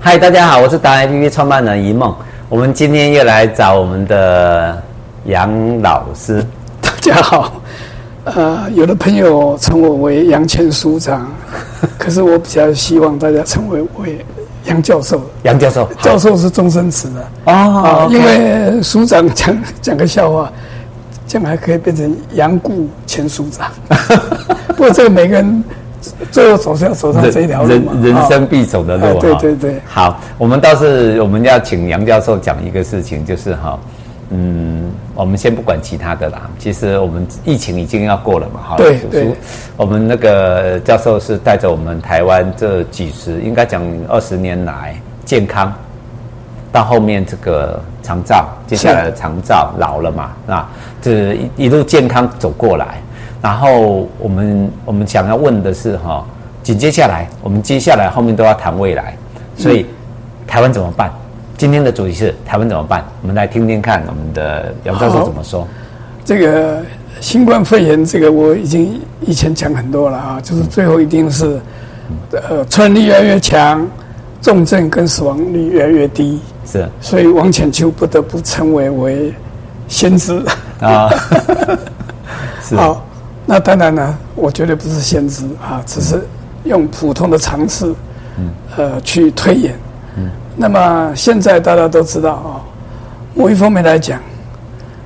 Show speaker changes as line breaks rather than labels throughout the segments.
嗨，大家好，我是达人 APP 创办人一梦。我们今天又来找我们的杨老师。
大家好，呃，有的朋友称我为杨前署 长，可是我比较希望大家称为为杨教授。
杨教授，
教授是终身制的
哦
啊，因为署长讲讲个笑话，将来可以变成杨顾前署 长。不过这个每个人最后总是要走上这一条路
人
嘛，
人
啊
生必走的路
哎
哈、
对对对
好，我们倒是我们要请杨教授讲一个事情，就是哈，嗯，我们先不管其他的啦，其实我们疫情已经要过了嘛，哈，
对
叔
对
叔，我们那个教授是带着我们台湾这几十，应该讲二十年来健康。到后面这个长照，接下来的长照老了嘛，啊，这一一路健康走过来，然后我们我们想要问的是哈，紧接下来我们接下来后面都要谈未来，所
嗯
以、台湾怎么办？今天的主题是台湾怎么办？我们来听听看我们的杨教授
好
怎么说。
这个新冠肺炎，这个我已经以前讲很多了啊，就是最后一定是，呃，传染力越来越强，重症跟死亡率越来越低，
是
所以王浅秋不得不称为为先知。
啊，是
好，那当然呢，我绝对不是先知啊，只是用普通的常识，呃，去推演。那么现在大家都知道啊、某一方面来讲，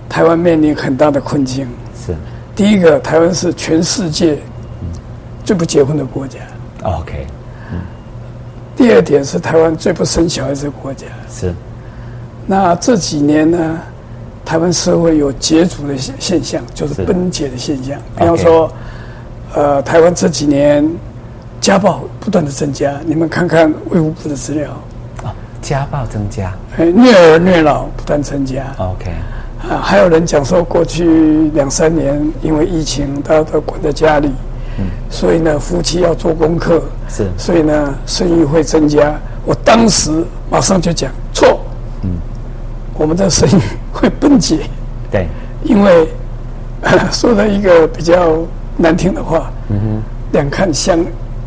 台湾面临很大的困境。
是
第一个，台湾是全世界最不结婚的国家；
，OK，
第二点是台湾最不生小孩子的国家。
是
那这几年呢，台湾社会有解组的现现象，就是
是
崩解的现象。
OK
比方说，呃，台湾这几年家暴不断的增加，你们看看卫福部的资料，
哦，家暴增加
哎，虐儿虐老不断增加。
，OK，
啊，还有人讲说，过去两三年因为疫情，大家都关在家里，所以呢，夫妻要做功课，
是
所以呢，生育会增加。我当时马上就讲错，我们的生育会崩解，
对，
因为、 说了一个比较难听的话，两看相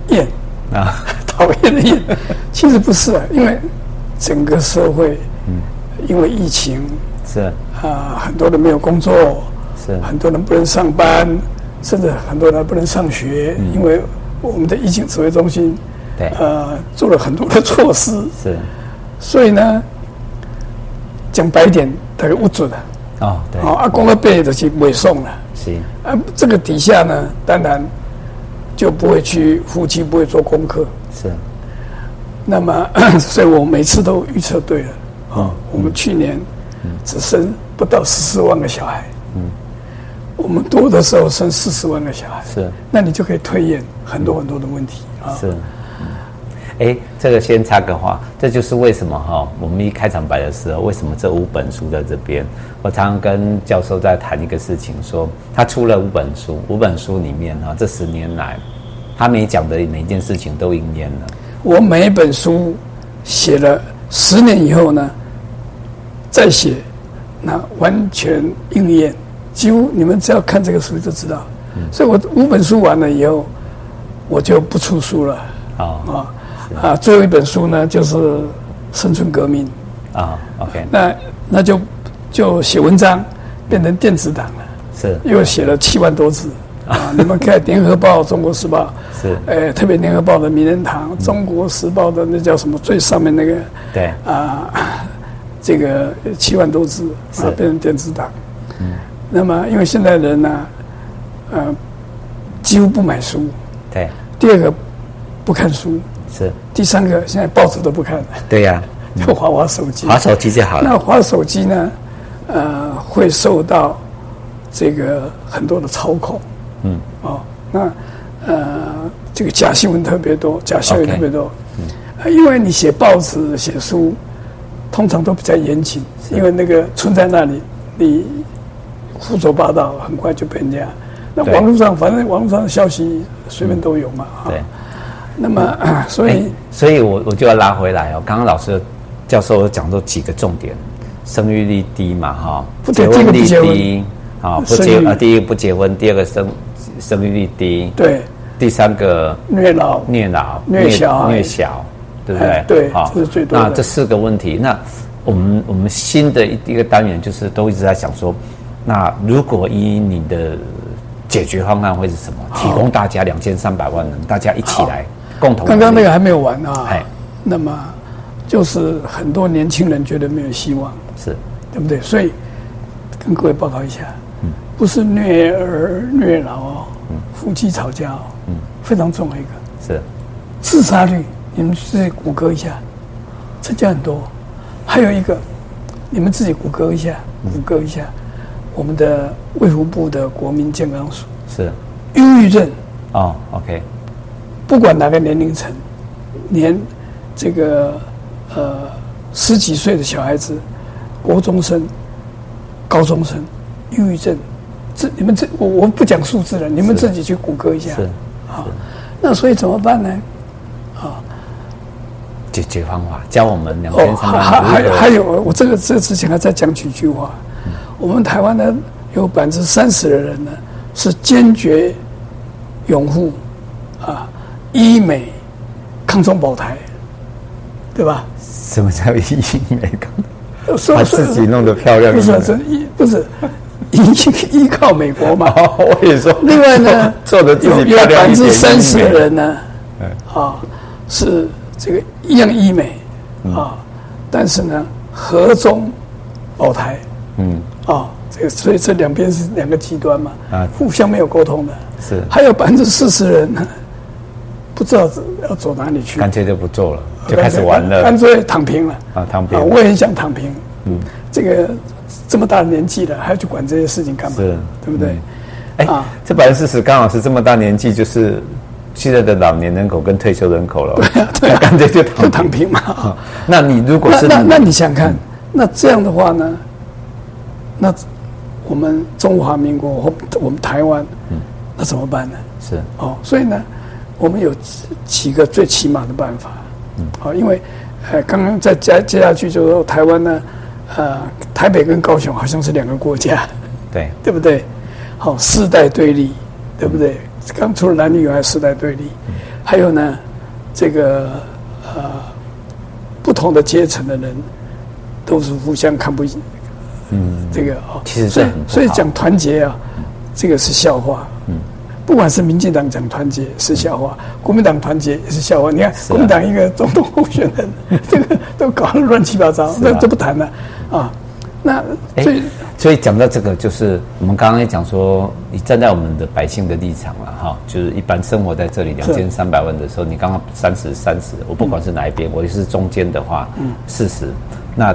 厌，
啊，
讨厌的厌，其实不是啊，因为整个社会，因为疫情
是
啊、很多人没有工作，
是
很多人不能上班，甚至很多人不能上学，因为我们的疫情指挥中心
对
呃做了很多的措施，
是，
所以呢，讲白一点，大概无准了，
哦，对，
哦，啊，光个背的去尾送了，
是
啊，这个底下呢，当然就不会去夫妻不会做功课，
是
那么 所以我每次都预测对了，
哦，
我们去年只生不到十四万个小孩，我们多的时候生四十万个小孩，
是
那你就可以推演很多很多的问题啊。
是。哎，这个先插个话，这就是为什么哈、我们一开场白的时候，为什么这五本书在这边？我常常跟教授在谈一个事情说他出了五本书，五本书里面哈、这十年来，他每讲的每一件事情都应验了。
我每一本书写了十年以后呢，再写，那完全应验，几乎你们只要看这个书就知道。所以我五本书完了以后，我就不出书了
哦
啊啊！最后一本书呢，就是《生存革命》。
啊、o k
那那就就写文章变成电子档了，
是
又写了七万多 字啊！你们看《联合报》《中国时报》
是
呃，特别《联合报》的名人堂，《中国时报》的那叫什么最上面那个
对
啊，这个七万多字
是
啊，变成电子档。嗯那么，因为现在人呢、呃，几乎不买书，
对
第二个不看书，
是，
第三个现在报纸都不看了，
对呀、
就划嗯划手机。
滑手机就好了。
那滑手机呢，呃，会受到这个很多的操控。嗯。哦，那呃，这个假新闻特别多，假消息
OK 嗯
特别多。呃因为你写报纸、写书，通常都比较严谨，因为那个存在那里，你胡说八道，很快就被人家。那
对
网络上，反正网络上的消息随便都有嘛。啊
对。
那么，啊所
哎、
以
所以我我就要拉回来哦。刚刚老师教授有讲到几个重点，生育率低嘛，哈、
不
结
对
婚率
这个不嗯
低，啊、不
生育
结
率
啊，第一个不结婚，第二个生生育率低，
对
第三个
虐老
虐老、
虐小孩
虐小，对不对
哎？对这是最多的
那这四个问题，那我们我们新的一一个单元就是都一直在想说，那如果以你的解决方案会是什么？提供大家两千三百万人，大家一起来共同努力。
刚刚那个还没有完啊
哎，
那么就是很多年轻人觉得没有希望，
是
对不对？所以跟各位报告一下，不是虐儿虐老哦，夫妻吵架哦，非常重要一个
是
自杀率，你们自己谷歌一下，增加很多。还有一个，你们自己谷歌一下，谷歌一下，我们的卫福部的国民健康署，
是
忧郁症
哦，OK，
不管哪个年龄层，连这个呃十几岁的小孩子、国中生、高中生、忧郁症，这你们这我我不讲数字了，你们
是
自己去谷歌一下
是。
啊，那所以怎么办呢？
解决方法，教我们两
哦，
千三
还
百万
还还
如何
还有，我这个这之前还再讲几句话。我们台湾呢，有百分之三十的人呢是坚决拥护啊医美、抗中保台，对吧？
什么叫医美 工？
说
把自己弄得漂亮
不
一
是
点。
这依不是 依依依靠美国嘛？
哦，我也说。，
另外呢
做得自己
有有
漂亮一点
百分之三十的人呢
嗯，
啊，是这个一样医美
嗯
啊，但是呢，和中保台，
嗯，
啊，这个所以这两边是两个极端嘛，
啊
互相没有沟通的。
是
还有百分之四十人呢，不知道要走哪里去，
干脆就不做了，就开始玩了
干。脆躺平了
啊躺平
我也很想躺平。嗯，这个这么大的年纪了，还要去管这些事情干嘛？
是
对不对？
哎
啊，
这百分之四十刚好是这么大年纪，就是现在的老年人口跟退休人口了。那 干脆就
啊就
躺
躺 平嘛。
啊那你如果
那
是
那那你想看，那这样的话呢？那我们中华民国或我们台湾，
嗯
那怎么办呢？
是
哦，所以呢，我们有几几个最起码的办法。嗯，哦，因为呃，刚刚再接接下去就是说台湾呢，呃，台北跟高雄好像是两个国家，
对
对不对？好、世代对立，对不对？刚除了男女以外，世代对立，还有呢，这个呃，不同的阶层的人都是互相看不，嗯，这个哦，
其实这
所以
很不好嗯
所以讲团结啊，这个是笑话。嗯，不管是民进党讲团结是笑话，
嗯
国民党团结也是笑话。你看，
啊
国民党一个总统候选人，这个都搞得乱七八糟，那这不谈了啊。那
哎
最
所以讲到这个，就是我们刚刚也讲说，你站在我们的百姓的立场了哈，就是一般生活在这里两千三百万的时候，你刚刚三十三十，我不管是哪一边，我是中间的话，四十，那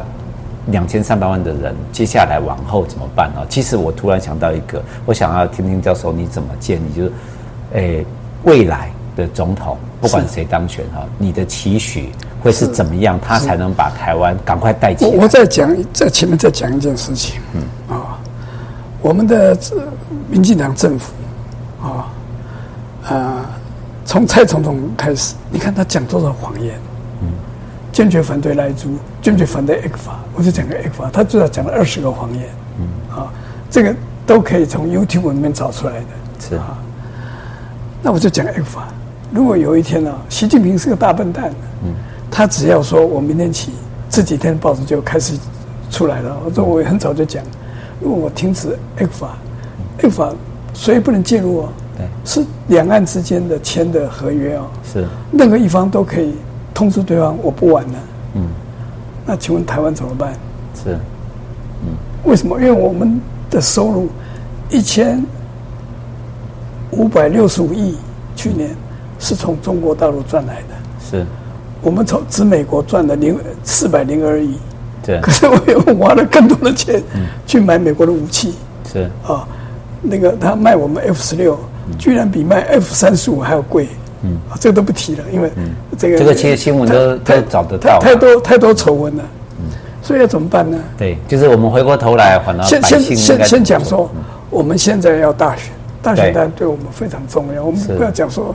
两千三百万的人，接下来往后怎么办呢？其实我突然想到一个，我想要听听教授你怎么建议，就是，诶、未来的总统不管谁当选哈，你的期许会是怎么样，他才能把台湾赶快带起
我
来？
我再讲在前面再讲一件事情，嗯啊，我们的这民进党政府啊啊，从蔡总统开始，你看他讲多少谎言，坚决反对莱猪，坚决反对 A 法，我就讲个 A 法，他最少讲了二十个谎言，啊，这个都可以从 YouTube 里面找出来的。
是
那我就讲 F 法。如果有一天呢、习近平是个大笨蛋，他只要说我明天起，这几天报纸就开始出来了。我说我很早就讲，如果我停止 F 法，F 法谁也不能介入哦，
对
是两岸之间的签的合约哦，
是
任何一方都可以通知对方我不玩了。嗯，那请问台湾怎么办？
是
为什么？因为我们的收入一千五百六十五亿，去年是从中国大陆赚来的。
是，
我们从只美国赚了零四百零二亿，
对
可。是我又花了更多的钱
嗯
去买美国的武器
是
啊。那个他卖我们 F 十六，
嗯
居然比卖 F 三十五还要贵。嗯，啊，这个都不提了，因为这个
嗯这个其实新闻都
太
都找得到啊嗯
太太多太多丑闻了。所以要怎么办呢？
对，就是我们回过头来，反而
先
啊百
先
姓应该
先
怎
先
么
讲
做
说，我们现在要大选，大选
对
当然对我们非常重要。我们
是
不要讲说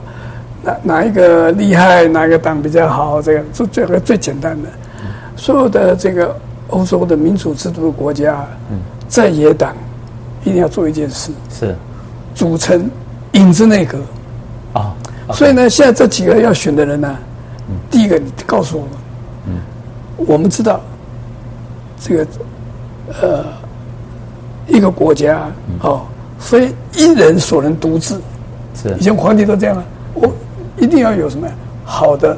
哪哪一个厉害，哪个党比较好，这个这这个最简单的。
嗯
所有的这个欧洲的民主制度的国家，
嗯
在野党一定要做一件事，
是
组成影子内阁。
哦，
所以呢，现在这几个要选的人呢，第一个，你告诉我们，我们知道这个呃一个国家哦，非一人所能独治。
是
以前皇帝都这样啊，我一定要有什么呀好的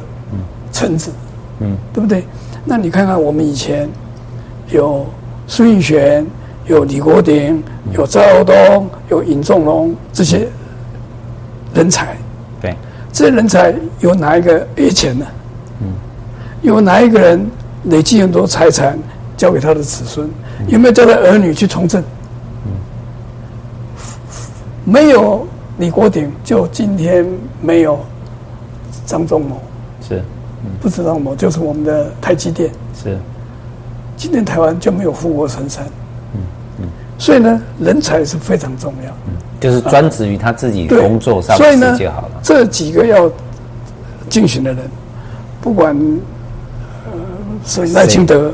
臣子，嗯，对不对？那你看看我们以前有苏应玄，有李国鼎，有赵东，有尹仲龙这些人才，
对，
这些人才有哪一个有钱呢？有哪一个人累积很多财产交给他的子孙？有没有交代儿女去从政？没有李国鼎，就今天没有张忠谋，
是
不是张忠谋，就是我们的台积电。
是
今天台湾就没有富国神山。所以呢，人才是非常重要。
就是专职于他自己
对，
工作上
所
的
以呢
事就好了。
这几个要竞选的人，不管呃是赖清德、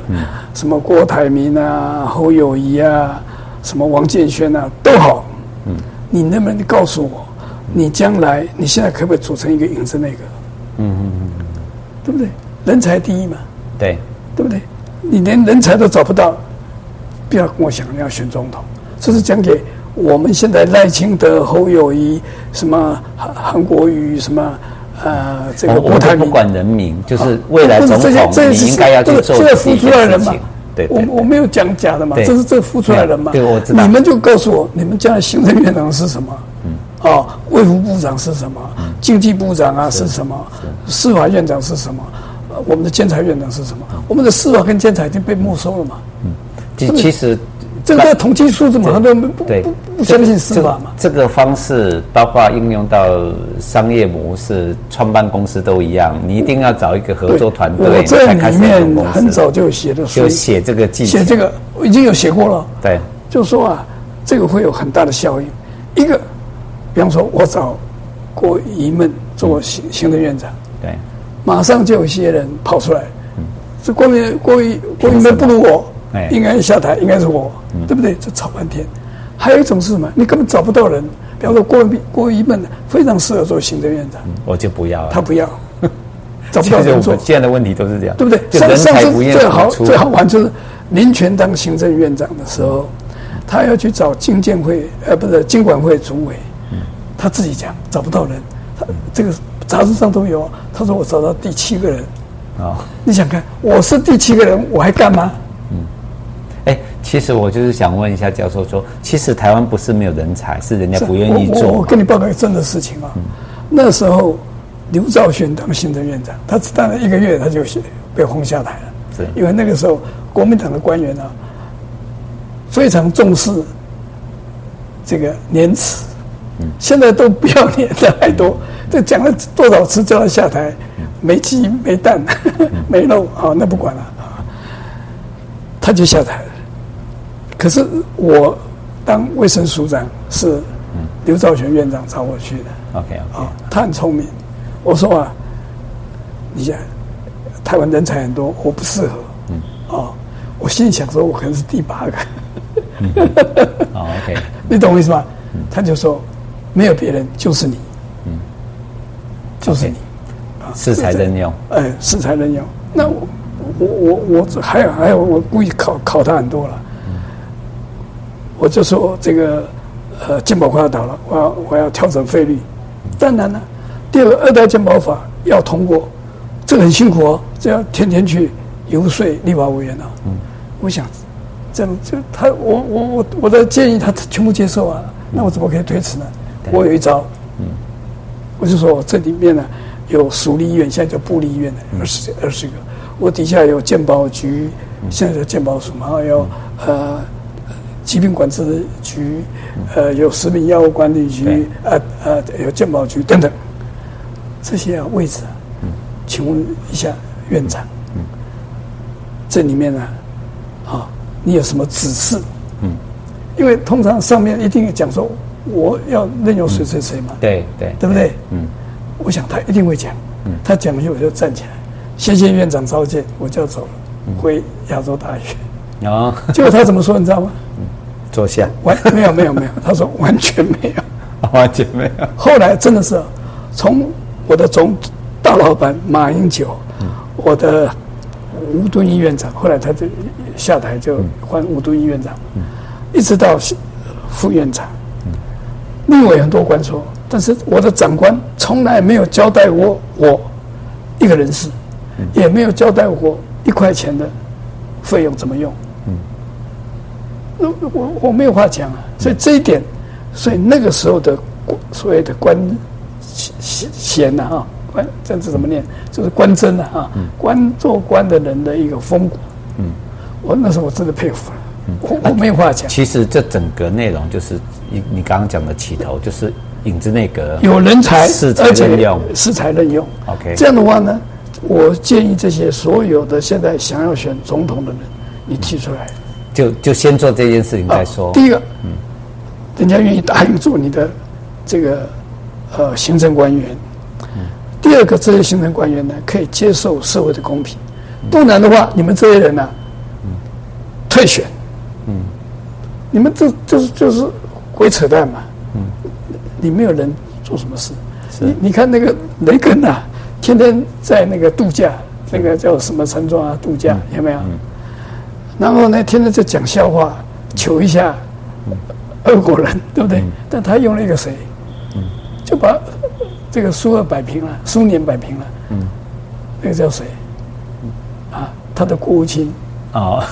什么郭台铭
嗯
啊、侯友谊啊、什么王建轩啊都好，
嗯
你能不能告诉我，你将来你现在可不可以组成一个影子内阁？嗯嗯嗯，对不对？人才第一嘛，
对，
对不对？你连人才都找不到，不要跟我想你要选总统，这是讲给我们现在赖清德、侯友谊、什么韩韩国瑜、什么呃这
我
个
哦我
郭台
们不
铭，
管人民，就是未来
啊不是
总
这些这
统，
些
你
是
应该要去
这个
做
这个
这
付出
件
来的
事
人嘛
情。对对
我
对
我没有讲假的嘛，
对
这是这付出来的嘛。
对对我知道
你们就告诉我，你们将来行政院长是什么？
嗯
哦，卫福部长是什么？经济部长啊是什么？司法院长是什么？呃我们的监察院长是什么？
嗯
我们的司法跟监察已经被没收了嘛？
其其实
这个都是统计数字嘛，很多人不
对
不不不相信司法嘛。
这个这个方式包括应用到商业模式、创办公司都一样，你一定要找一个合
对
作团
我
队，
这
才开
里
始用
面
公司
很早就写的书
就，写这个技巧
写，这个我已经有写过了。
对
就说啊，这个会有很大的效应。一个，比方说，我找郭怡们做行行政院长，
对
马上就有一些人跑出来，这郭明郭怡郭怡们不如我
哎，
应该下台，应该是我，对不对？这吵半天。还有一种是什么？你根本找不到人。比方说郭明郭怡们非常适合做行政院长，
嗯我就不要了。
他不要，找不
其
到
实我
人
们
做。
现在的问题都是这样，
对不
就
对？
人
上上
才
次
不愿
最
付
好
出
最好玩就是林权当行政院长的时候，他要去找经建会呃不是经管会主委，
嗯
他自己讲找不到人，他这个杂志上都有，啊他说我找到第七个人，
哦。
你想看我是第七个人，我还干嘛？
哎，其实我就是想问一下教授说，其实台湾不是没有人才，是人家不愿意
啊我我我
做嘛。嗯
跟你报告一个真的事情啊，那时候刘兆玄当行政院长，他只当了一个月他就被轰下台
是
了，因为那个时候国民党的官员呢、啊、非常重视这个廉耻，
嗯
现在都不要脸的还多，这讲了多少次叫他下台，
嗯
没鸡没蛋 没肉啊，那不管了啊，他就下台了。可是我当卫生署长是刘兆玄院长找我去的，
OK OK，
啊，他很聪明。我说啊，你呀，台湾人才很多，我不适合。嗯。哦，我心里想说，我可能是第八个，
哦 OK，
你懂我意思吗？他就说，没有别人，就是你。就是你。
是才任用。
哎，是才能有。那我我我我还有还有，我故意考考他很多了。我就说这个呃，健保快要倒了，我要我要调整费率。当然了，第二个二代健保法要通过，这个很辛苦哦，这要天天去游说立法委员啊。我想这样就他我我我我的建议他全部接受啊，那我怎么可以推迟呢？我有一招，我就说我这里面呢有属立医院，现在叫部立医院的二十二十个，我底下有健保局，现在叫健保署，然后有呃疾病管制局，呃有食品药物管理
对
局，呃呃有健保局等等，这些啊位置啊，请问一下院长，这里面呢，啊你有什么指示？因为通常上面一定讲说我要任由谁谁谁嘛，
对对
对不对？嗯，我想他一定会讲，他讲了以后我就站起来，谢谢院长召见，我就要走了，回亚洲大学。
然 后
结果他怎么说，你知道吗？
坐 下，
完没有没有没有，他说完全没有。
完全没有。
后来真的是从我的总大老板马英九，我的吴敦义院长，后来他就下台就换吴敦义院长，一直到副院长，另外很多官说，但是我的长官从来没有交代我我一个人事，也没有交代我一块钱的费用怎么用。那我我没有话讲啊，所以这一点，所以那个时候的官所谓的官衔衔呐啊，官这字怎么念？就是官箴呐啊，官做官的人的一个风骨。嗯，我那时候我真的佩服了，我我没有话讲。
其实这整个内容就是你你刚刚讲的起头，就是影子内阁
有人才，
适才
而且
任用。
适才任用。
OK
这样的话呢，我建议这些所有的现在想要选总统的人，你提出来。
就就先做这件事情再说。
啊第一个，人家愿意答应做你的这个呃行政官员。第二个，这些行政官员呢，可以接受社会的公平。不然的话，你们这些人呢、退选。你们这就是就是鬼扯淡嘛。你没有人做什么事。你你看那个雷根啊，天天在那个度假，那个叫什么山庄啊度假，有没有？然后呢，天天就讲笑话，求一下俄国人，对不对？但他用了一个谁，就把这个苏俄摆平了，苏联摆平了。那个叫谁？啊，他的国务卿，
哦，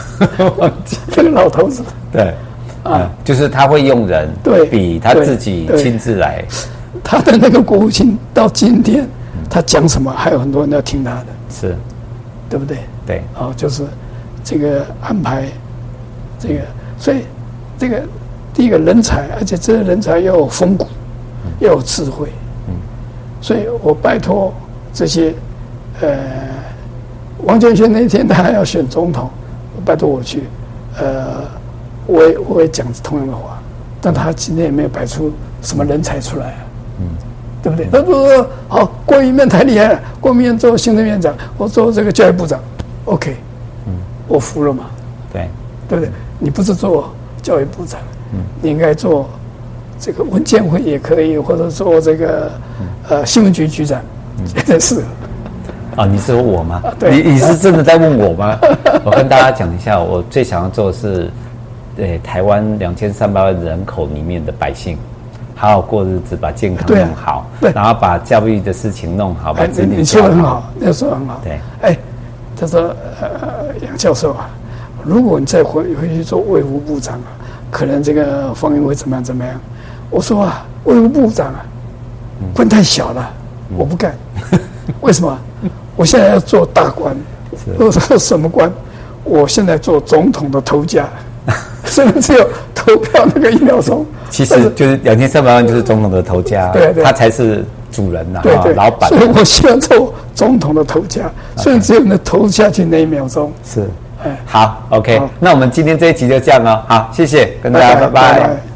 那个老头子，
对，啊，就是他会用人，
嗯对
比他
对
自己
对
亲自来，
他的那个国务卿到今天，他讲什么，还有很多人要听他的，
是，
对不对？
对，
哦，就是这个安排，这个，所以这个第一个人才，而且这个人才要有风骨，要有智慧。所以我拜托这些，呃，王建轩那天他要选总统，我拜托我去，呃，我也我也讲同样的话，但他今天也没有摆出什么人才出来啊。对不对？他说好，郭一面太厉害了，郭一面做行政院长，我做这个教育部长，OK，我服了嘛，
对，
对不对？你不是做教育部长，你应该做这个文建会也可以，或者做这个呃新闻局局长，绝对是。
哦，你是问我吗？
啊对
你你是真的在问我吗？ 我跟大家讲一下，我最想要做的是，对台湾两千三百万人口里面的百姓，好好过日子，把健康
对啊
弄好，
对
然后把教育的事情弄好，把
哎，
子
你
女
你说
教
的很好，那说得很好。
对，
哎，他说呃，杨教授啊，如果你再回回去做卫福部长啊，可能这个方云会怎么样怎么样？我说啊，卫福部长啊，
嗯
官太小了，我不干。为什么？我现在要做大官，我说什么官？我现在做总统的头家， 所以只有投票那个一秒钟。
其
但
实
是
就是两千三百万就是总统的头家，
对对
他才是主人呐、
对
啊
对，
老板
所以我希望做总统的头家，虽然只有你的头下去那一秒钟。
是
哎。
好，OK，
好
那我们今天这一集就这样哦。好，谢谢，跟大家
拜拜
拜
拜
拜
拜